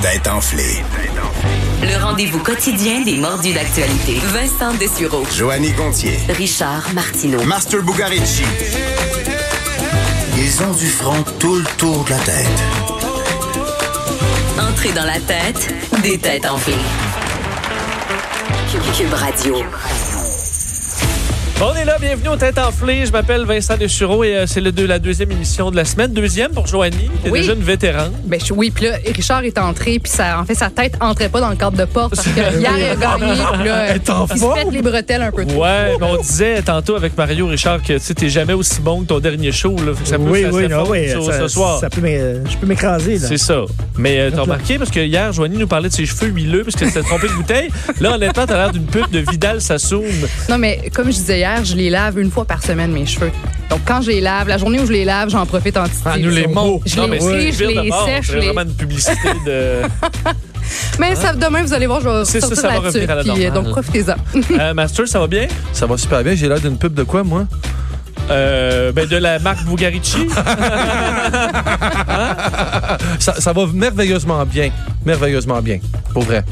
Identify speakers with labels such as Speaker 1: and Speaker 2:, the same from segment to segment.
Speaker 1: Tête enflée.
Speaker 2: Le rendez-vous quotidien des mordus d'actualité. Vincent Dessureau.
Speaker 1: Joanny Gontier.
Speaker 2: Richard Martineau.
Speaker 1: Master Bugarici. Ils ont du front tout le tour de la tête.
Speaker 2: Entrée dans la tête des têtes enflées. Cube- Cube Radio.
Speaker 3: On est là, bienvenue aux Têtes Enflées. Je m'appelle Vincent Dessureau et euh, c'est le deux- la deuxième émission de la semaine. Deuxième pour Joanie, qui est
Speaker 4: Oui.
Speaker 3: déjà une vétérane.
Speaker 4: Ben, je- oui, puis là, Richard est entré, puis ça, en fait, sa tête entrait pas dans le cadre de porte parce que hier, il a gagné, puis là,
Speaker 3: Elle est en
Speaker 4: il se
Speaker 3: forme.
Speaker 4: pète les bretelles un peu trop.
Speaker 3: Ouais, mais on disait tantôt avec Mario Richard que tu sais, t'es jamais aussi bon que ton dernier show. Là. Fait que ça peut
Speaker 5: oui,
Speaker 3: ça-
Speaker 5: oui,
Speaker 3: ça
Speaker 5: non,
Speaker 3: fond
Speaker 5: oui.
Speaker 3: sur-
Speaker 5: ça-
Speaker 3: ce soir.
Speaker 5: ça peut m'é- je peux m'écraser, là.
Speaker 3: C'est ça. Mais euh, t'as
Speaker 5: Donc là-
Speaker 3: remarqué, parce que hier, Joanie nous parlait de ses cheveux huileux parce qu'elle s'était trompée de bouteille. Là, honnêtement, t'as l'air d'une pub de Vidal Sassoon.
Speaker 4: Non, mais comme je disais hier, je les lave une fois par semaine, mes cheveux. Donc, quand je les lave, la journée où je les lave, j'en profite
Speaker 3: Ah,
Speaker 4: en petit.
Speaker 3: mots.
Speaker 4: Je les suis, je les sèche. je
Speaker 3: C'est
Speaker 4: les-
Speaker 3: vraiment une publicité de...
Speaker 4: Mais ça, demain, vous allez voir, je vais
Speaker 3: C'est ça,
Speaker 4: sortir
Speaker 3: ça va
Speaker 4: là-dessus.
Speaker 3: revenir à la
Speaker 4: puis, euh,
Speaker 3: normale.
Speaker 4: donc, profitez-en.
Speaker 3: Euh, Master, ça va bien?
Speaker 6: Ça va super bien. J'ai l'air d'une pub de quoi, moi?
Speaker 3: Euh, ben, de la marque Bugarici.
Speaker 6: Ça, ça va merveilleusement bien. Merveilleusement bien. Pour vrai.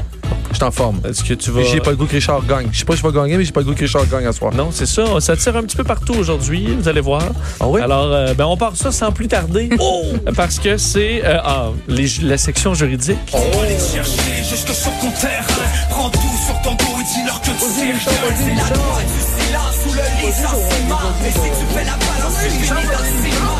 Speaker 6: Je t'en forme.
Speaker 3: Est-ce que tu vas...
Speaker 6: Puis J'ai pas le goût que Richard gagne. Je sais pas si je vais gagner, mais j'ai pas le goût que Richard gagne à soir.
Speaker 3: Non, c'est ça. Ça tire un petit peu partout aujourd'hui, vous allez voir.
Speaker 6: Ah oui? Oh!
Speaker 3: Alors, euh, ben, on part ça sans plus tarder. Parce que c'est euh, ah, les ju- la section juridique.
Speaker 7: On va les chercher jusque sur ton terre. Prends tout sur ton dos et dis-leur que tu sais rien. C'est la loi, c'est là, sous le lit, ça c'est marre. Mais si tu fais la balance, tu finis dans ses mains.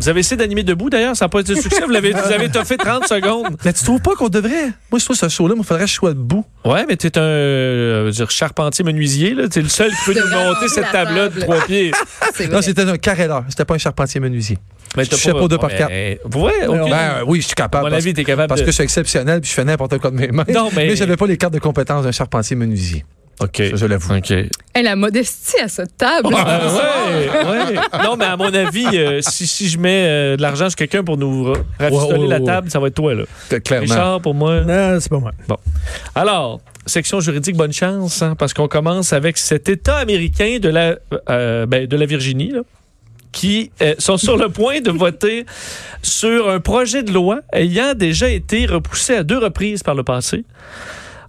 Speaker 3: Vous avez essayé d'animer debout, d'ailleurs. Ça n'a pas été de succès. Vous l'avez- vous avez toffé 30 secondes.
Speaker 6: Mais tu trouves pas qu'on devrait? Moi, je trouve ce show-là, il faudrait que je sois debout.
Speaker 3: Ouais, mais t'es un euh, je veux dire, charpentier menuisier. là. T'es le seul qui peut nous
Speaker 4: devrais
Speaker 3: monter
Speaker 4: monter
Speaker 3: cette
Speaker 4: la
Speaker 3: table-là de
Speaker 4: table.
Speaker 3: trois pieds.
Speaker 4: C'est vrai.
Speaker 6: Non, c'était un carreleur. C'était pas un charpentier menuisier.
Speaker 3: Mais
Speaker 6: Je touchais pas deux par quatre.
Speaker 3: Ouais, ouais, Eh, ok.
Speaker 6: Ben euh, oui, je suis
Speaker 3: À
Speaker 6: capable.
Speaker 3: mon
Speaker 6: parce-
Speaker 3: avis, t'es capable
Speaker 6: Parce
Speaker 3: de-
Speaker 6: que je suis exceptionnel puis je fais n'importe quoi de mes mains.
Speaker 3: Non, mais-
Speaker 6: j'avais pas les cartes de compétences d'un charpentier menuisier.
Speaker 3: OK.
Speaker 6: Ça, je l'avoue.
Speaker 3: OK.
Speaker 4: Hey, la modestie à cette table.
Speaker 3: Euh, ouais, ouais. Non, mais à mon avis, euh, si, si je mets euh, de l'argent sur quelqu'un pour nous ra- rafistoler
Speaker 6: Ouais, ouais,
Speaker 3: la
Speaker 6: ouais.
Speaker 3: table, ça va être toi, là.
Speaker 6: Clairement.
Speaker 3: Richard, pour moi.
Speaker 5: Non, c'est pas moi.
Speaker 3: Alors, section juridique, bonne chance, hein, parce qu'on commence avec cet État américain de la, euh, ben, de la Virginie, là, qui euh, sont sur le point de voter sur un projet de loi ayant déjà été repoussé à deux reprises par le passé.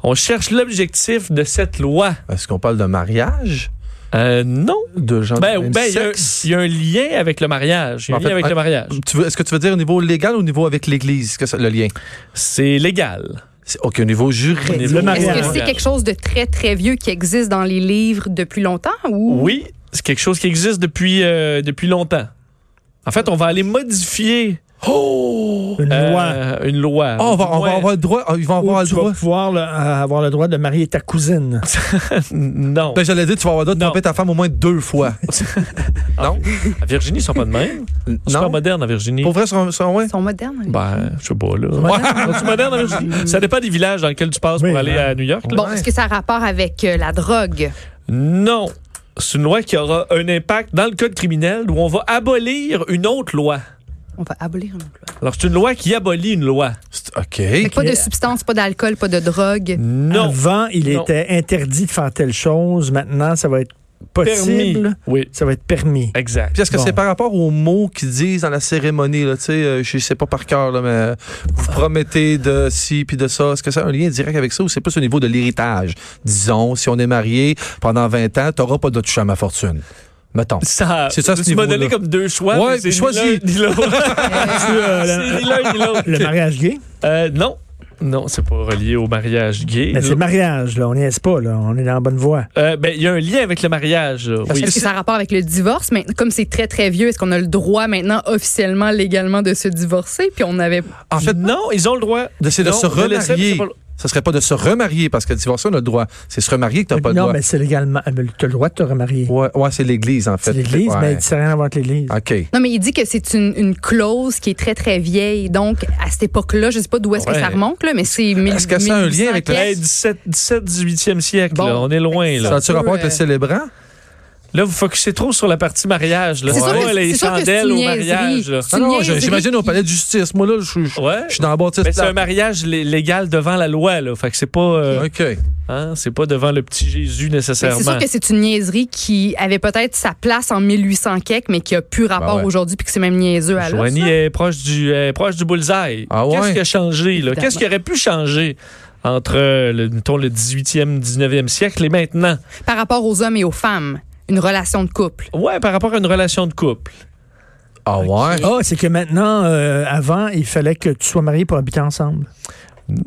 Speaker 3: On cherche l'objectif de cette loi.
Speaker 6: Est-ce qu'on parle de mariage?
Speaker 3: Euh, non.
Speaker 6: De gens
Speaker 3: Ben,
Speaker 6: de même
Speaker 3: ben, il y a-
Speaker 6: sexe?
Speaker 3: il y, a un lien avec le mariage. Il y a un
Speaker 6: En
Speaker 3: lien
Speaker 6: fait,
Speaker 3: avec
Speaker 6: un-
Speaker 3: le mariage.
Speaker 6: Tu veux- Est-ce que tu veux dire au niveau légal ou au niveau avec l'Église, que ça- le lien?
Speaker 3: C'est légal.
Speaker 6: C'est- OK, au niveau juridique.
Speaker 3: Niveau-
Speaker 4: Est-ce que
Speaker 5: mariage.
Speaker 4: c'est quelque chose de très, très vieux qui existe dans les livres depuis longtemps? Ou...
Speaker 3: Oui, c'est quelque chose qui existe depuis, euh, depuis longtemps. En fait, on va aller modifier
Speaker 6: Oh!
Speaker 5: Une
Speaker 3: Euh,
Speaker 5: loi.
Speaker 3: Une loi.
Speaker 6: Ah, on va, on va
Speaker 3: Ouais.
Speaker 6: avoir le droit. ah, Ils vont
Speaker 5: Où
Speaker 6: avoir le
Speaker 5: tu
Speaker 6: droit.
Speaker 5: vas pouvoir le- à- avoir le droit de marier ta cousine.
Speaker 3: Non.
Speaker 6: Ben, j'allais dire, tu vas avoir le droit de
Speaker 3: Non.
Speaker 6: tromper ta femme au moins deux fois. non?
Speaker 3: À Virginie, ils sont pas de même. Ils sont pas
Speaker 6: Non?
Speaker 3: modernes à Virginie.
Speaker 6: Pour vrai, sur, sur, ouais.
Speaker 4: Ils sont modernes.
Speaker 3: Ben, je sais pas, là. Ouais. Sont-ils modernes à Virginie? Ça dépend des villages dans lesquels tu passes
Speaker 5: Oui,
Speaker 3: pour aller
Speaker 5: ouais.
Speaker 3: à New York. là.
Speaker 4: Bon, est-ce que ça a rapport avec euh, la drogue?
Speaker 3: Non. C'est une loi qui aura un impact dans le code criminel où on va abolir une autre loi.
Speaker 4: On va abolir un emploi.
Speaker 3: Alors, c'est une loi qui abolit une loi.
Speaker 6: C'est- OK.
Speaker 4: Fait que Pas de substance, pas d'alcool, pas de drogue.
Speaker 3: Non.
Speaker 5: Avant, il
Speaker 3: Non.
Speaker 5: était interdit de faire telle chose. Maintenant, ça va être
Speaker 3: Permis.
Speaker 5: possible.
Speaker 3: Oui.
Speaker 5: Ça va être permis.
Speaker 3: Exact.
Speaker 6: Puis est-ce que
Speaker 5: Bon.
Speaker 6: c'est par rapport aux mots qu'ils disent dans la cérémonie, là, tu sais, euh, je sais pas par cœur, là, mais
Speaker 5: Ah.
Speaker 6: vous promettez de ci puis de ça. Est-ce que ça a un lien direct avec ça ou c'est plus au niveau de l'héritage? Disons, si on est marié pendant 20 ans, t'auras pas de toucher à ma fortune. Mettons.
Speaker 3: Ça,
Speaker 6: C'est ça, ce
Speaker 3: tu m'as donné
Speaker 6: niveau-là.
Speaker 3: comme deux choix.
Speaker 6: Ouais,
Speaker 3: mais c'est ni
Speaker 6: choisis.
Speaker 3: l'un ni l'autre. C'est ni l'un ni l'autre.
Speaker 5: Le mariage gay?
Speaker 3: Euh, non. Non, c'est pas relié au mariage gay.
Speaker 5: Mais Ben, c'est mariage, là. On n'y est pas, là. On est dans la bonne voie.
Speaker 3: Euh, ben, il y a un lien avec le mariage. là. Oui.
Speaker 4: Est-ce que ça a rapport avec le divorce? Mais comme c'est très, très vieux, est-ce qu'on a le droit maintenant officiellement, légalement, de se divorcer? Puis on avait.
Speaker 6: En fait,
Speaker 3: non, ils ont le droit.
Speaker 6: de, c'est de
Speaker 3: Non,
Speaker 6: se
Speaker 3: de laisser,
Speaker 6: remarier.
Speaker 3: mais c'est pas-
Speaker 6: Ça serait pas de se remarier parce que divorcer, on a le droit. C'est se remarier que
Speaker 3: Ah,
Speaker 6: t'as pas le
Speaker 5: Euh, non,
Speaker 6: droit.
Speaker 5: mais c'est légalement. Tu as le droit de te remarier.
Speaker 6: Ouais, ouais, c'est l'Église, en fait.
Speaker 5: C'est l'Église,
Speaker 6: Ouais.
Speaker 5: mais ça n'a rien à voir avec l'Église.
Speaker 3: Ah.
Speaker 6: OK.
Speaker 4: Non, mais il dit que c'est une, une clause qui est très, très vieille. Donc, à cette époque-là, je sais pas d'où est-ce
Speaker 3: Ouais.
Speaker 4: que ça remonte, là, mais c'est.
Speaker 6: Est-ce que ça a un lien avec le-
Speaker 3: Hey, 17, 17, 18e siècle,
Speaker 4: Bon.
Speaker 3: là, on est loin.
Speaker 6: Ça
Speaker 3: Là.
Speaker 4: Ça-
Speaker 6: a-tu rapport
Speaker 4: peut,
Speaker 6: avec le
Speaker 4: euh,
Speaker 6: célébrant?
Speaker 3: Là, vous focussez trop sur la partie mariage. Là.
Speaker 4: C'est
Speaker 3: C'est
Speaker 4: sûr que-
Speaker 3: pas les
Speaker 4: c'est sûr que c'est
Speaker 3: chandelles
Speaker 4: une
Speaker 3: au
Speaker 4: niaiserie.
Speaker 3: mariage. là.
Speaker 4: C'est
Speaker 6: Non,
Speaker 4: une
Speaker 6: non,
Speaker 4: niaiserie
Speaker 6: j'imagine au
Speaker 4: qui-
Speaker 6: palais de justice. Moi, là, je je-
Speaker 3: Ouais.
Speaker 6: je suis dans la bâtisse.
Speaker 3: Mais c'est
Speaker 6: là.
Speaker 3: un mariage lé- légal devant la loi. Là. Fait que c'est pas, euh,
Speaker 6: OK.
Speaker 3: hein, c'est pas devant le petit Jésus
Speaker 4: Mais C'est sûr
Speaker 3: nécessairement.
Speaker 4: que c'est une niaiserie qui avait peut-être sa place en 1800 quelque, mais qui a plus rapport
Speaker 6: Ben ouais.
Speaker 4: aujourd'hui, puis que c'est même niaiseux à l'heure.
Speaker 3: Joanie est proche du, est proche du bullseye.
Speaker 6: Ah ouais?
Speaker 3: Qu'est-ce qui a changé? là? Qu'est-ce qui aurait pu changer entre euh, le, mettons, le 18e, 19e siècle et maintenant?
Speaker 4: Par rapport aux hommes et aux femmes, une relation de couple.
Speaker 3: Ouais, par rapport à une relation de couple.
Speaker 6: Ah ouais?
Speaker 5: Ah, c'est que maintenant, euh, avant, il fallait que tu sois marié pour habiter ensemble.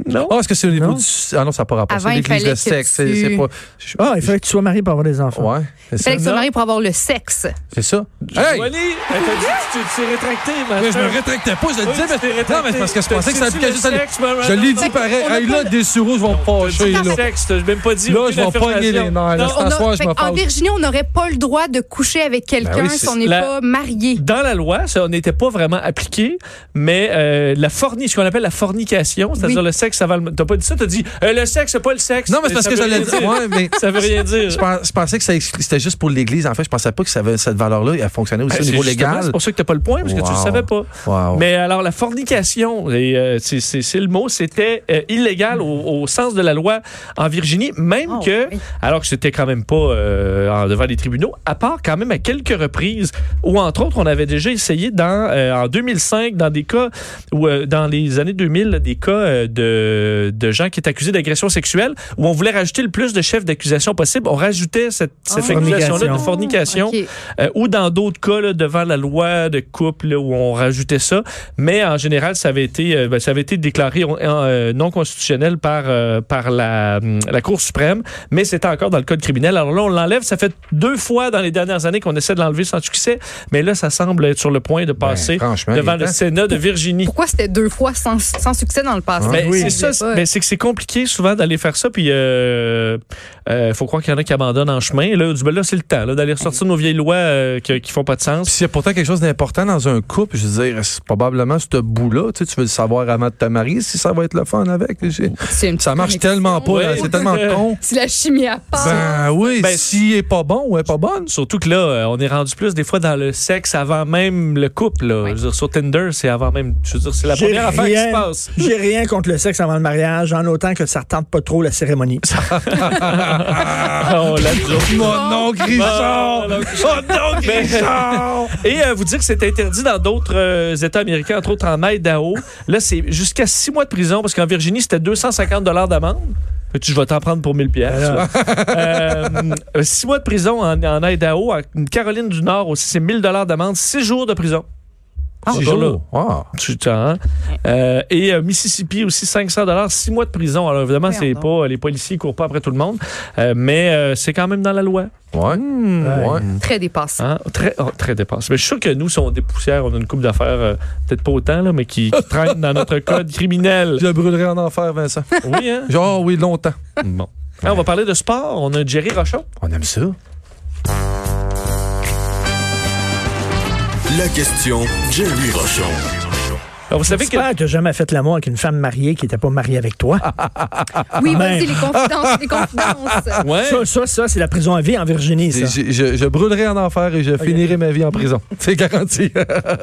Speaker 3: Non.
Speaker 6: Ah, est-ce que c'est au niveau
Speaker 5: Non.
Speaker 6: du. Ah non, ça n'a pas rapport.
Speaker 4: Avant,
Speaker 6: C'est
Speaker 4: il
Speaker 6: l'église
Speaker 4: fallait
Speaker 6: de
Speaker 4: que
Speaker 6: sexe.
Speaker 4: tu-
Speaker 6: C'est c'est pas.
Speaker 5: Ah, il fallait que tu sois marié pour avoir des enfants.
Speaker 6: Ouais. C'est
Speaker 4: Il
Speaker 6: ça.
Speaker 4: fallait que tu
Speaker 3: non.
Speaker 4: sois marié pour avoir le sexe.
Speaker 6: C'est ça. Hey!
Speaker 3: Joanie, elle t'a dit que tu tu t'es rétracté, ma
Speaker 6: Mais je me
Speaker 3: sœur.
Speaker 6: rétractais pas, je le
Speaker 3: Oui,
Speaker 6: disais,
Speaker 3: tu
Speaker 6: mais.
Speaker 3: t'es
Speaker 6: Non, mais
Speaker 3: rétracté.
Speaker 6: c'est parce que je pensais que ça
Speaker 3: T'as dit
Speaker 6: appliquait
Speaker 3: le
Speaker 6: juste à
Speaker 3: sexe, mais
Speaker 6: Je l'ai
Speaker 3: non,
Speaker 6: dit
Speaker 3: non. On
Speaker 6: pareil.
Speaker 3: a
Speaker 6: Hey,
Speaker 3: pas
Speaker 6: là,
Speaker 3: le-
Speaker 6: des sureaux vont me fâcher,
Speaker 3: Le
Speaker 6: là.
Speaker 3: sexe, je même pas dit.
Speaker 6: Là,
Speaker 3: aucune
Speaker 6: je vais
Speaker 3: affirmation.
Speaker 6: pogner les nerfs, là.
Speaker 3: Non,
Speaker 6: Ce
Speaker 4: On a-
Speaker 6: soir, je
Speaker 4: fait
Speaker 6: me
Speaker 4: en
Speaker 6: fâche.
Speaker 4: Virginie, on n'aurait pas le droit de coucher avec quelqu'un
Speaker 6: oui,
Speaker 4: si
Speaker 6: c'est-
Speaker 4: on n'est
Speaker 3: Ben la-
Speaker 4: pas marié.
Speaker 3: Dans la loi, ça on n'était pas vraiment appliqué, mais euh, la forni, ce qu'on appelle la fornication, c'est-à-dire le sexe avant le. T'as pas dit ça, t'as dit euh, le sexe, c'est pas le sexe.
Speaker 6: Non, mais c'est parce
Speaker 3: Ça
Speaker 6: que
Speaker 3: veut
Speaker 6: j'allais
Speaker 3: rien
Speaker 6: dire. Ouais, mais.
Speaker 3: Ça veut rien dire.
Speaker 6: Je, pens- je pensais que ça exclu- c'était juste pour l'Église. En fait, je pensais pas que ça avait- cette valeur-là elle fonctionnait aussi
Speaker 3: Ben,
Speaker 6: au
Speaker 3: c'est
Speaker 6: niveau
Speaker 3: justement,
Speaker 6: légal.
Speaker 3: C'est pour ça que t'as pas le point, parce que tu le
Speaker 6: Wow.
Speaker 3: savais pas.
Speaker 6: Wow.
Speaker 3: Mais alors, la fornication, et, euh, c'est c'est- c'est le mot, c'était euh, illégal au, au sens de la loi en Virginie, même
Speaker 4: Oh,
Speaker 3: que,
Speaker 4: oui.
Speaker 3: alors que c'était quand même pas euh, en- devant les tribunaux, à part quand même à quelques reprises, où entre autres, on avait déjà essayé dans, euh, en 2005, dans des cas, où, euh, dans les années 2000, là, des cas euh, de, de gens qui étaient accusés d'agression sexuelle, où on voulait rajouter le plus de chefs d'accusation possible. On rajoutait cette, cette
Speaker 5: Oh.
Speaker 3: accusation-là de
Speaker 5: Fornication.
Speaker 3: fornication.
Speaker 4: Ah. Ok.
Speaker 3: Euh, ou dans d'autres cas là, devant la loi de couple là, où on rajoutait ça. Mais en général, ça avait été, euh, ben, ça avait été déclaré on- en, euh, non constitutionnel par, euh, par la, hum, la Cour suprême, mais c'était encore dans le code criminel. Alors là, on l'enlève. Ça fait deux fois dans les dernières années qu'on essaie de l'enlever sans succès, mais là, ça semble être sur le point de passer
Speaker 6: Ben, franchement,
Speaker 3: devant
Speaker 6: il est
Speaker 3: le
Speaker 6: temps.
Speaker 3: Sénat de Virginie.
Speaker 4: Pourquoi c'était deux fois sans, sans succès dans le
Speaker 6: Ah,
Speaker 4: passé?
Speaker 3: Ben,
Speaker 5: Oui.
Speaker 3: c'est ça, c'est- ben, c'est que c'est compliqué souvent d'aller faire ça, puis euh, euh, faut croire qu'il y en a qui abandonnent en chemin. Et là, du- ben là c'est le temps là, d'aller ressortir nos vieilles lois euh, qui, qui font pas de sens.
Speaker 6: Puis s'il y a pourtant quelque chose d'important dans un couple, je veux dire, c'est probablement ce bout-là, tu sais, tu veux le savoir avant de te marier, si ça va être le fun avec. J'ai-
Speaker 4: C'est une
Speaker 6: Ça
Speaker 4: petite
Speaker 6: marche
Speaker 4: connexion.
Speaker 6: tellement pas, là,
Speaker 3: Ouais.
Speaker 6: c'est tellement con.
Speaker 4: Si la chimie à part.
Speaker 6: Ben oui,
Speaker 3: Ben,
Speaker 6: s'il est pas bon ou elle est pas bonne.
Speaker 3: Surtout que là, euh, on est rendu plus des fois dans le sexe avant même le couple. Là. Je veux dire, sur Tinder, c'est avant même. Je veux dire, c'est la
Speaker 5: J'ai
Speaker 3: première affaire qui
Speaker 5: rien-
Speaker 3: se passe.
Speaker 5: J'ai rien contre le sexe avant le mariage, en autant que ça retente pas trop la cérémonie.
Speaker 3: Oh, la joke.
Speaker 6: Mon nom,
Speaker 3: Ah,
Speaker 6: Grison!
Speaker 3: Bon,
Speaker 5: Oh,
Speaker 3: Mais- Ben, Et euh, vous dire que c'est interdit dans d'autres euh, États américains, entre autres en Idaho. Là, c'est jusqu'à six mois de prison parce qu'en Virginie, c'était 250 d'amende. Fais-tu, Je vais t'en prendre pour 1000
Speaker 5: Ah,
Speaker 3: pièces. Euh, six mois de prison en, en Idaho, en Caroline du Nord aussi, c'est 1000 dollars d'amende, six jours de prison. Six jours-là.
Speaker 6: Ah.
Speaker 3: Tu t'en, hein? Euh, et euh, Mississippi aussi 500 dollars, 6 mois de prison. Alors évidemment, c'est
Speaker 4: Voyons
Speaker 3: pas les policiers courent pas après tout le monde, euh, mais euh, c'est quand même dans la loi.
Speaker 6: Ouais. ouais.
Speaker 4: Très dépassé.
Speaker 3: hein. Très oh, très dépassé. Mais je suis sûr que nous si on dépoussière, on a une coupe d'affaires euh, peut-être pas autant là, mais qui, qui traîne dans notre code criminel.
Speaker 6: Je le brûlerai en enfer, Vincent.
Speaker 3: Oui hein.
Speaker 6: Genre, oui, longtemps.
Speaker 3: Bon. Hein, on va parler de sport. On a Jerry Rochon.
Speaker 6: On aime ça.
Speaker 1: La question Jerry Rochon.
Speaker 3: Alors, Ah, vous savez que Ah,
Speaker 5: J'espère que t'as jamais fait l'amour avec une femme mariée qui n'était pas mariée avec toi.
Speaker 4: Oui,
Speaker 5: ben.
Speaker 4: vas-y, les confidences, les confidences.
Speaker 3: ouais.
Speaker 5: Ça, ça, ça, c'est la prison à vie en Virginie, ça.
Speaker 6: Je, je- je brûlerai en enfer et je finirai ma vie en prison. C'est garanti.
Speaker 3: Master.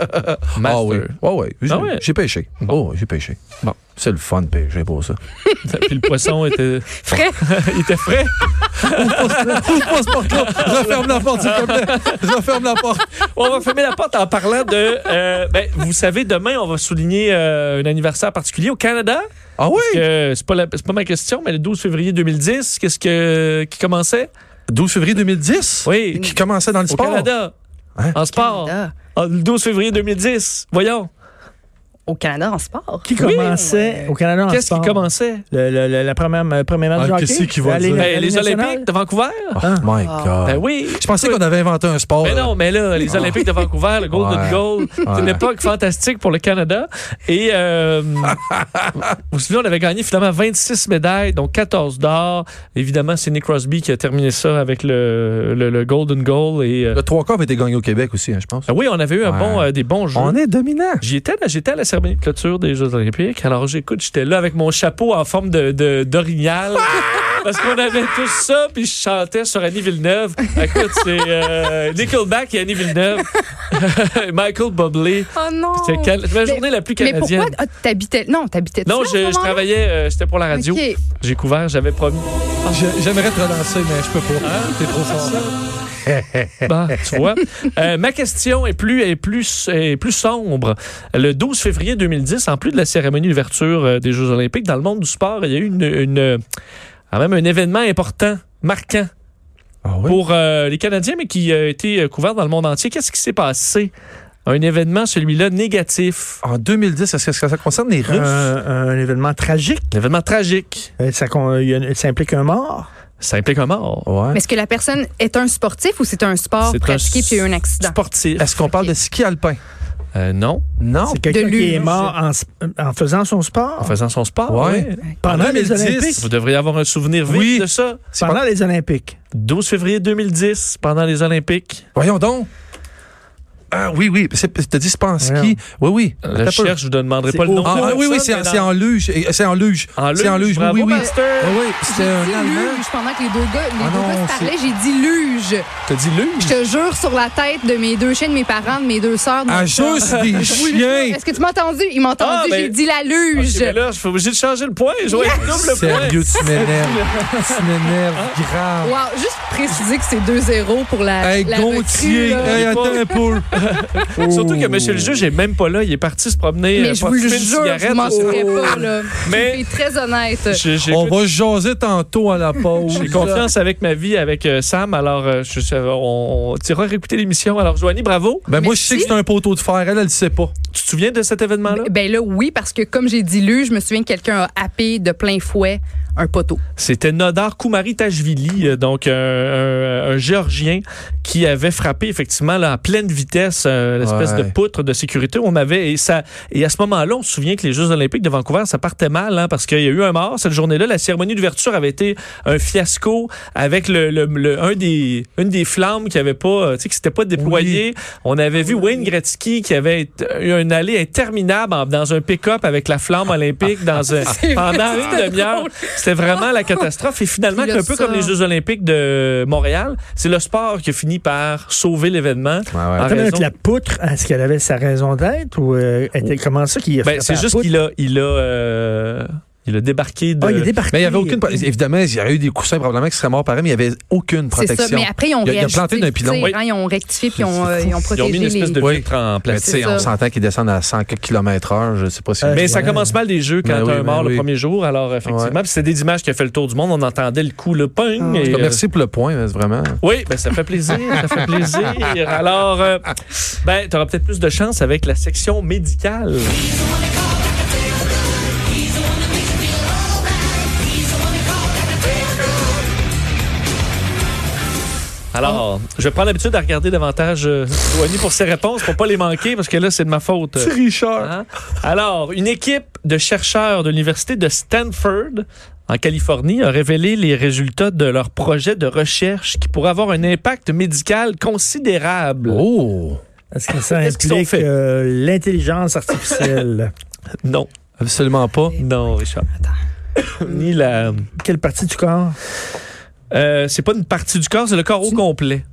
Speaker 6: Ah oui. Ah oui. J'ai
Speaker 3: Ah ouais.
Speaker 6: j'ai pêché. Oh, j'ai pêché.
Speaker 3: Bon.
Speaker 6: C'est le fun de pêcher pour ça.
Speaker 3: Puis le poisson était
Speaker 4: Frais.
Speaker 3: il était frais.
Speaker 6: Ouvre pas ce porte-là.
Speaker 3: Ah
Speaker 6: Referme la porte, s'il te plaît. Referme la porte.
Speaker 3: On va fermer la porte en parlant de. euh, ben, vous savez, demain, on va souligner euh, un anniversaire particulier au Canada.
Speaker 6: Ah oui.
Speaker 3: que c'est pas, la- c'est pas ma question, mais le 12 février 2010, qu'est-ce que, qui commençait?
Speaker 6: 12 février 2010.
Speaker 3: Oui,
Speaker 6: Qui commençait dans le
Speaker 3: au
Speaker 6: sport.
Speaker 3: Canada.
Speaker 6: Hein?
Speaker 3: En sport.
Speaker 4: Canada.
Speaker 3: En- Le 12 février 2010. Voyons.
Speaker 4: Au Canada, en sport.
Speaker 5: Qui commençait au Canada en
Speaker 3: Qu'est-ce qui
Speaker 5: sport?
Speaker 3: commençait?
Speaker 5: Le, le- le- la première, le premier match
Speaker 6: Ah,
Speaker 5: de hockey?
Speaker 6: qu'est-ce qu'il
Speaker 5: La
Speaker 6: va
Speaker 5: Ligue-
Speaker 6: dire?
Speaker 5: la
Speaker 3: Ben,
Speaker 5: Ligue
Speaker 3: les
Speaker 5: nationale?
Speaker 3: Olympiques de Vancouver?
Speaker 6: Oh my God.
Speaker 3: Ben oui.
Speaker 6: Je pensais qu'on avait inventé un sport.
Speaker 3: Mais
Speaker 6: là.
Speaker 3: non, mais là, les Olympiques de Vancouver, le Golden
Speaker 6: Ah. Ouais.
Speaker 3: Goal, c'est une
Speaker 6: Ouais.
Speaker 3: époque fantastique pour le Canada. Et euh, vous vous souvenez, on avait gagné finalement 26 médailles, dont 14 d'or. Évidemment, c'est Nick Crosby qui a terminé ça avec le, le- le Golden Goal. Et, euh,
Speaker 6: Le 3 quarts avait été gagné au Québec aussi, hein, je pense.
Speaker 3: ah oui, on avait eu un
Speaker 6: Ouais.
Speaker 3: bon, euh, des bons jeux.
Speaker 6: On est dominant.
Speaker 3: J'y étais, là, j'étais à la cérémonie de clôture des Jeux Olympiques. Alors, j'écoute, j'étais là avec mon chapeau en forme de, de- d'orignal. Parce qu'on avait tous ça, puis je chantais sur Annie Villeneuve. Écoute, c'est euh, Nickelback et Annie Villeneuve. Michael Bublé.
Speaker 4: Oh non!
Speaker 3: C'était cal- la journée la plus
Speaker 4: Mais
Speaker 3: canadienne.
Speaker 4: pourquoi ah, t'habitais. Non, t'habitais
Speaker 3: non, je, je travaillais, euh, c'était pour la radio.
Speaker 4: Ok.
Speaker 3: J'ai couvert, j'avais promis.
Speaker 8: Je- J'aimerais te relancer, mais je peux pas.
Speaker 3: Hein?
Speaker 8: T'es trop fort.
Speaker 3: Bah, tu vois. Euh, ma question est plus, est, plus, est plus sombre. Le 12 février 2010, en plus de la cérémonie d'ouverture euh, des Jeux Olympiques, dans le monde du sport, il y a eu une, une, euh, quand même un événement important, marquant
Speaker 6: Ah oui?
Speaker 3: pour euh, les Canadiens, mais qui a été euh, couvert dans le monde entier. Qu'est-ce qui s'est passé? Un événement, celui-là, négatif.
Speaker 6: En 2010, est-ce que ça concerne les Russes?
Speaker 5: Un, un événement tragique.
Speaker 3: Un événement tragique.
Speaker 5: Euh, Ça, con- il y a- ça implique un mort.
Speaker 3: Ça implique un mort.
Speaker 6: Ouais.
Speaker 4: Mais est-ce que la personne est un sportif ou c'est un sport
Speaker 3: C'est un
Speaker 4: pratiqué puis il y a eu un accident?
Speaker 3: Sportif.
Speaker 6: Est-ce qu'on parle de ski alpin?
Speaker 3: Euh, non.
Speaker 6: Non.
Speaker 5: C'est quelqu'un
Speaker 4: De
Speaker 5: qui est
Speaker 4: l'urgence.
Speaker 5: mort en, s- euh, en faisant son sport.
Speaker 3: En faisant son sport.
Speaker 6: Ah, Ouais.
Speaker 3: oui.
Speaker 5: pendant les
Speaker 6: 2010.
Speaker 5: Olympiques.
Speaker 3: Vous devriez avoir un souvenir vif
Speaker 6: Oui.
Speaker 3: de ça.
Speaker 6: C'est
Speaker 5: Pendant
Speaker 6: pas-
Speaker 5: les Olympiques.
Speaker 3: 12 février 2010, pendant les Olympiques,
Speaker 6: Voyons donc. Ah oui, oui. C'est- T'as dit c'est pas en ski. Oui, oui.
Speaker 3: la
Speaker 6: T'as pas-
Speaker 3: recherche, je ne demanderai
Speaker 5: C'est
Speaker 3: pas le nom.
Speaker 5: au-
Speaker 6: Ah,
Speaker 3: de la
Speaker 6: oui, oui,
Speaker 3: personne,
Speaker 6: c'est
Speaker 3: mais
Speaker 6: c'est
Speaker 3: dans-
Speaker 6: en luge. Eh, C'est en luge.
Speaker 3: en
Speaker 6: C'est en
Speaker 3: luge.
Speaker 6: luge,
Speaker 3: Bravo,
Speaker 6: oui, oui.
Speaker 3: Master.
Speaker 4: Oh,
Speaker 6: Ah oui, c'était
Speaker 4: J'ai
Speaker 6: un
Speaker 4: dit
Speaker 6: Allemand.
Speaker 4: luge pendant que les deux gars, les
Speaker 6: Ah
Speaker 4: deux
Speaker 6: non,
Speaker 4: gars se
Speaker 6: c'est-
Speaker 4: parlaient, j'ai dit luge.
Speaker 6: T'as dit
Speaker 4: Je
Speaker 6: luge?
Speaker 4: te jure sur la tête de mes deux chiens, de mes parents, de mes deux sœurs. de
Speaker 6: Ah,
Speaker 4: mes sœurs.
Speaker 6: juste des chiens!
Speaker 4: Est-ce que tu m'as entendu? Il m'a entendu,
Speaker 3: Ah, ben-
Speaker 4: j'ai dit la
Speaker 3: Ok,
Speaker 4: luge.
Speaker 3: mais là, je suis obligé de changer le Ah. point. Je vais être double point.
Speaker 6: Sérieux, tu m'énerves. tu m'énerves grave.
Speaker 4: Wow, juste préciser que c'est 2-0 pour la,
Speaker 6: Hey,
Speaker 4: la recrue,
Speaker 6: Gontier,
Speaker 4: là.
Speaker 6: hey,
Speaker 3: Pas-
Speaker 6: attends un peu. Oh.
Speaker 3: Surtout que monsieur le juge n'est même pas là. Il est parti se promener.
Speaker 4: Mais
Speaker 3: euh,
Speaker 4: je
Speaker 3: pour
Speaker 4: vous le
Speaker 3: fumer une
Speaker 4: jure, je
Speaker 3: cigarette,
Speaker 4: m'en
Speaker 3: je sais
Speaker 4: serais
Speaker 6: Oh.
Speaker 4: pas, là.
Speaker 3: Mais-
Speaker 4: Je suis très honnête.
Speaker 3: pas. J'ai- j'ai-
Speaker 6: On va jaser tantôt à la pause.
Speaker 3: J'ai confiance avec ma vie, avec euh, Sam. Alors, euh, je, sais- on, on t'ira réécouter l'émission. Alors, Joanie, bravo.
Speaker 6: Ben, moi, je sais que c'est un poteau de fer. Elle, elle le sait pas.
Speaker 3: Tu te souviens de cet événement-là?
Speaker 4: Ben là, oui, parce que comme j'ai dit luge, je me souviens que quelqu'un a happé de plein fouet un poteau.
Speaker 3: C'était Nodar Kumaritashvili, euh, donc euh, un, un Géorgien qui avait frappé effectivement là, à pleine vitesse euh, l'espèce
Speaker 6: Ouais.
Speaker 3: de poutre de sécurité. On avait et ça et à ce moment-là, on se souvient que les Jeux Olympiques de Vancouver ça partait mal hein, parce qu'il y a eu un mort cette journée-là. La cérémonie d'ouverture avait été un fiasco avec le, le- le- un des une des flammes qui avait pas euh, tu sais qui s'était pas déployée. On avait vu Wayne Gretzky qui avait été- eu un allée interminable en- dans un pick-up avec la flamme olympique dans un,
Speaker 4: C'est vrai,
Speaker 3: pendant une demi-heure. C'était vraiment la catastrophe. Et finalement,
Speaker 4: Puis
Speaker 3: un
Speaker 4: le
Speaker 3: peu
Speaker 4: sort.
Speaker 3: comme les Jeux Olympiques de Montréal, c'est le sport qui a fini par sauver l'événement. en
Speaker 5: Attends,
Speaker 3: raison-
Speaker 5: mais la poutre, est-ce qu'elle avait sa raison d'être ou euh, était, comment ça qu'il a
Speaker 3: Ben,
Speaker 5: frappé
Speaker 3: c'est
Speaker 5: la
Speaker 3: juste
Speaker 5: poutre?
Speaker 3: qu'il euh, a, il a, euh, il a débarqué de.
Speaker 5: Ah, il est débarqué.
Speaker 6: Mais il n'y avait aucune. Évidemment, il y aurait eu des coussins probablement qui seraient morts pareil, mais il n'y avait aucune
Speaker 4: C'est
Speaker 6: protection.
Speaker 4: ça. Mais après, ils ont
Speaker 6: Il a- il a
Speaker 4: réagi,
Speaker 6: planté d'un pilon.
Speaker 4: tu sais,
Speaker 3: Oui.
Speaker 4: hein, ils ont rectifié puis ils ont, euh, ils ont
Speaker 3: ils
Speaker 4: protégé
Speaker 3: ont mis une espèce
Speaker 4: les-
Speaker 3: de
Speaker 6: Oui.
Speaker 3: filtre en
Speaker 6: Mais
Speaker 3: place.
Speaker 6: tu sais,
Speaker 4: C'est
Speaker 6: on
Speaker 4: ça.
Speaker 6: s'entend qu'ils descendent à 100 km/h. Je sais pas si.
Speaker 5: Euh,
Speaker 3: Mais ça
Speaker 5: Ouais.
Speaker 3: commence mal les jeux quand
Speaker 6: Ben
Speaker 3: t'as
Speaker 6: oui,
Speaker 3: un
Speaker 6: ben
Speaker 3: mort le
Speaker 6: oui.
Speaker 3: premier jour. Alors, effectivement,
Speaker 6: Ouais.
Speaker 3: puis c'est des images qui a fait le tour du monde. On entendait le coup, le
Speaker 4: Ah.
Speaker 3: ping. et,
Speaker 6: En tout
Speaker 3: euh,
Speaker 6: cas, Merci pour le point, mais vraiment.
Speaker 3: Oui, ben ça fait plaisir, ça fait plaisir. Alors, euh, ben, tu auras peut-être plus de chance avec la section médicale. Alors,
Speaker 6: Ah.
Speaker 3: je prends l'habitude à regarder davantage euh, Joanie pour ses réponses pour pas les manquer parce que là, c'est de ma faute.
Speaker 6: Richard.
Speaker 3: Hein? Alors, une équipe de chercheurs de l'Université de Stanford en Californie a révélé les résultats de leur projet de recherche qui pourrait avoir un impact médical considérable.
Speaker 6: Oh!
Speaker 5: Est-ce que ça
Speaker 3: Qu'est-ce qu'ils ont
Speaker 5: implique
Speaker 3: fait?
Speaker 5: euh, l'intelligence artificielle?
Speaker 3: Non,
Speaker 6: Absolument pas.
Speaker 3: non, Richard. Ni la.
Speaker 5: Quelle partie du corps?
Speaker 3: Euh, c'est pas une partie du corps, c'est le corps au complet.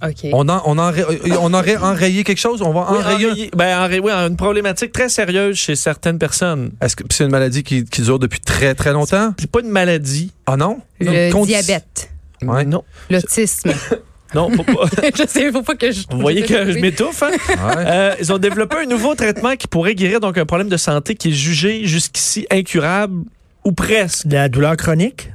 Speaker 4: OK.
Speaker 6: On, en- on, en- euh, on aurait enrayé quelque chose? On va
Speaker 3: Oui,
Speaker 6: enrayer.
Speaker 3: enrayer- ben, enrayer- oui, une problématique très sérieuse chez certaines personnes.
Speaker 6: Est-ce que puis c'est une maladie qui, qui dure depuis très, très longtemps?
Speaker 3: C'est pas une maladie.
Speaker 6: Ah non?
Speaker 4: Le
Speaker 6: Conti-
Speaker 4: diabète,
Speaker 6: Ouais.
Speaker 3: Non,
Speaker 4: l'autisme.
Speaker 3: non, faut pas.
Speaker 4: je sais, faut pas que je.
Speaker 3: Vous voyez que je m'étouffe, hein?
Speaker 6: Ouais.
Speaker 3: Euh, ils ont développé un nouveau traitement qui pourrait guérir donc un problème de santé qui est jugé jusqu'ici incurable ou presque.
Speaker 5: De La douleur chronique?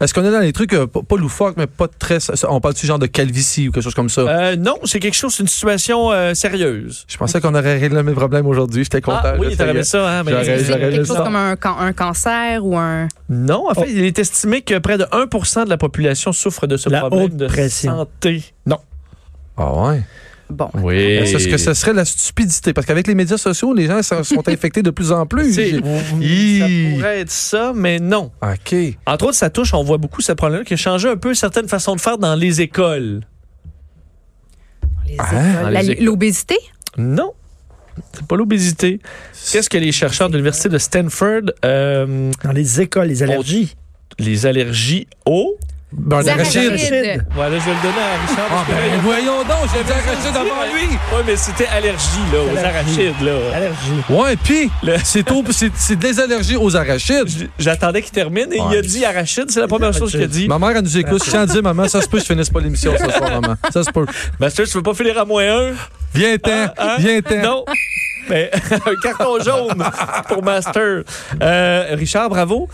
Speaker 6: Est-ce qu'on est dans les trucs euh, pas, pas loufoques, mais pas très. On parle du genre de calvitie ou quelque chose comme ça?
Speaker 3: Euh, non, c'est quelque chose, c'est une situation euh, sérieuse.
Speaker 6: Je pensais qu'on aurait réglé le même problème aujourd'hui. J'étais content.
Speaker 3: Ah,
Speaker 6: là,
Speaker 3: oui,
Speaker 6: ça y
Speaker 3: t'aurais
Speaker 6: est.
Speaker 3: aimé ça, hein? mais-
Speaker 6: J'aurais-
Speaker 4: Est-ce que c'est
Speaker 6: j'aurais
Speaker 4: quelque
Speaker 6: le
Speaker 4: chose
Speaker 6: sang.
Speaker 4: comme un, can- un cancer ou un.
Speaker 3: Non, en
Speaker 6: Oh.
Speaker 3: fait, il est estimé que près de 1 de la population souffre de ce
Speaker 5: La
Speaker 3: problème
Speaker 5: haute
Speaker 3: de
Speaker 5: pression.
Speaker 3: santé.
Speaker 6: Ah ouais?
Speaker 4: Bon.
Speaker 3: Oui.
Speaker 6: Est-ce que Ben, ce serait la stupidité? Parce qu'avec les médias sociaux, les gens sont, sont infectés de plus en plus.
Speaker 3: C'est-
Speaker 6: J'ai-
Speaker 3: Ça
Speaker 6: Hi.
Speaker 3: pourrait être ça, mais non.
Speaker 6: OK. Hein?
Speaker 3: Entre autres, ça touche, on voit beaucoup ce problème-là, qui a changé un peu certaines façons de faire dans les écoles.
Speaker 4: Les
Speaker 6: Hein?
Speaker 4: écoles.
Speaker 3: Ah, Les
Speaker 4: La-
Speaker 3: écoles.
Speaker 4: L'obésité?
Speaker 3: Non. C'est pas l'obésité. Qu'est-ce que les chercheurs de l'Université de Stanford euh, Oh,
Speaker 5: Dans les écoles, les allergies?
Speaker 3: les allergies au.
Speaker 6: Beurre
Speaker 4: D'arachide.
Speaker 6: d'arachide.
Speaker 3: Voilà, je vais le donner à Richard.
Speaker 6: Ah,
Speaker 3: parce que-
Speaker 6: ben, voyons donc, j'ai dit arachide avant lui.
Speaker 3: Oui, mais c'était allergie, là, aux
Speaker 5: Allergie.
Speaker 3: arachides, là.
Speaker 5: Allergie.
Speaker 6: Ouais, puis,
Speaker 3: Le-
Speaker 6: c'est au- c'est- c'est des allergies aux arachides.
Speaker 3: J- J'attendais qu'il termine et il a
Speaker 6: Ouais.
Speaker 3: dit arachide. C'est la première chose qu'il a dit.
Speaker 6: Ma mère, elle nous écoute. Je tiens à dire, maman, ça se peut que je finisse pas l'émission ce soir, maman. Ça se peut.
Speaker 3: Master, tu veux pas finir à moins un?
Speaker 6: Viens-t'en,
Speaker 3: Hein?
Speaker 6: viens-t'en.
Speaker 3: Non. Mais un carton jaune pour Master. Euh, Richard, bravo.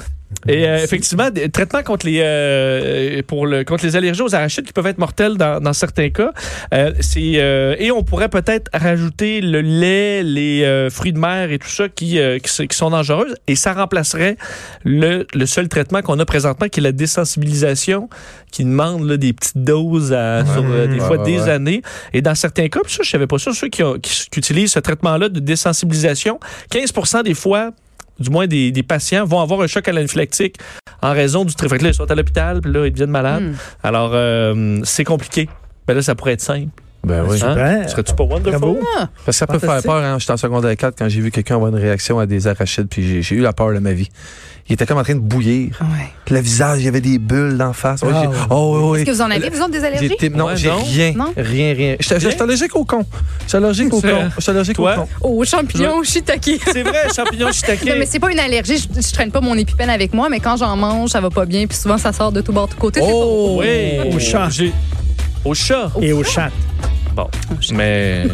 Speaker 3: Et euh, effectivement, des traitements contre les euh, pour le contre les allergies aux arachides qui peuvent être mortels dans, dans certains cas. Euh, c'est euh, et on pourrait peut-être rajouter le lait, les euh, fruits de mer et tout ça qui euh, qui, s- qui sont dangereuses et ça remplacerait le, le seul traitement qu'on a présentement qui est la désensibilisation qui demande là, des petites doses à, sur euh, des
Speaker 6: Ouais,
Speaker 3: fois
Speaker 6: ouais,
Speaker 3: des
Speaker 6: ouais.
Speaker 3: années et dans certains cas, puis ça je savais pas ça ceux qui, ont- qui, qui utilisent ce traitement là de désensibilisation, 15% des fois du moins des, des patients vont avoir un choc anaphylactique en raison du trafic. Là, ils sont à l'hôpital, puis là, ils deviennent malades.
Speaker 4: Hmm.
Speaker 3: Alors, euh, c'est compliqué. Mais là, ça pourrait être simple.
Speaker 6: Ben oui.
Speaker 4: Euh,
Speaker 5: Super.
Speaker 3: Serais-tu pas wonderful?
Speaker 5: Bravo.
Speaker 6: Parce que ça peut faire
Speaker 5: Ah, Fantastique.
Speaker 6: peur. Hein. J'étais en secondaire 4 quand j'ai vu quelqu'un avoir une réaction à des arachides, puis j'ai- j'ai eu la peur de ma vie. Il était comme en train de bouillir.
Speaker 4: Ouais.
Speaker 6: Puis le visage, il y avait des bulles d'en face. Ouais,
Speaker 5: Ah,
Speaker 6: j'ai-
Speaker 5: ouais.
Speaker 6: oh, oui,
Speaker 4: Est-ce que
Speaker 6: oui.
Speaker 4: vous en avez, vous autres, des
Speaker 6: J'ai
Speaker 4: allergies?
Speaker 6: été- non,
Speaker 3: Ouais,
Speaker 6: j'ai
Speaker 3: non?
Speaker 6: rien,
Speaker 4: Non?
Speaker 6: rien, rien. J'étais j'étais allergique au con. J'étais allergique au
Speaker 3: C'est-
Speaker 6: con. J'étais allergique au
Speaker 3: Toi?
Speaker 6: con.
Speaker 4: Oh, aux champignons, au shiitake.
Speaker 3: C'est vrai, champignon shiitake.
Speaker 4: Non, mais c'est pas une allergie. Je, je traîne pas mon épipène avec moi, mais quand j'en mange, ça va pas bien. Puis souvent, ça sort de tout bord, tout côté.
Speaker 6: Oh!
Speaker 3: Oui.
Speaker 5: Au chat.
Speaker 3: J'ai- Au chat.
Speaker 5: Et au chat.
Speaker 3: Bon. Mais.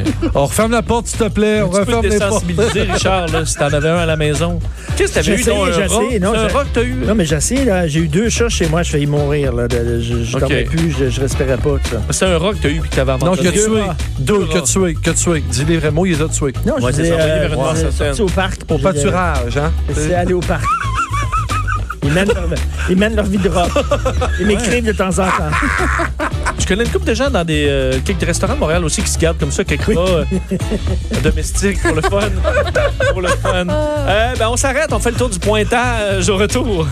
Speaker 6: On referme la porte, s'il te plaît. On
Speaker 3: Tu peux
Speaker 6: referme
Speaker 3: te
Speaker 6: les portes.
Speaker 3: désensibiliser, Richard, là, si t'en avais un à la maison. Qu'est-ce que
Speaker 5: J'ai
Speaker 3: t'avais eu
Speaker 5: essayé,
Speaker 3: dans un
Speaker 5: j'ai
Speaker 3: rat?
Speaker 5: essayé, non,
Speaker 3: C'est un
Speaker 5: j'ai-
Speaker 3: rat que t'as eu?
Speaker 5: Non, mais j'essaie, là. J'ai eu deux chats chez moi, je failli mourir, là. de- de- je je
Speaker 3: Ok.
Speaker 5: dormais plus, je, je respirais pas, tout ça.
Speaker 3: C'est un rat que t'as eu puis que t'avais
Speaker 6: Non,
Speaker 3: abandonné.
Speaker 6: que tué.
Speaker 5: rats.
Speaker 6: Deux,
Speaker 3: Deux
Speaker 6: que
Speaker 3: rats.
Speaker 6: tué, que tué. Dis les vrais mots, il les a tués.
Speaker 5: Non,
Speaker 3: Ouais,
Speaker 5: je
Speaker 3: c'est
Speaker 5: dis,
Speaker 3: ça,
Speaker 5: euh,
Speaker 3: Olivier Vernon, ça,
Speaker 5: ouais, je suis
Speaker 3: c'est-
Speaker 5: sorti au parc.
Speaker 6: Au
Speaker 5: puis j'ai-
Speaker 6: pâturage, hein?
Speaker 5: C'est aller au parc. Ils mènent leur, ils mènent leur vie de rock. Ils m'écrivent de temps en temps.
Speaker 3: Je connais une couple de gens dans des euh, quelques restaurants de Montréal aussi qui se gardent comme ça quelques rats euh, domestiques pour le fun. pour le fun. Euh, ben, on s'arrête, on fait le tour du pointage au retour.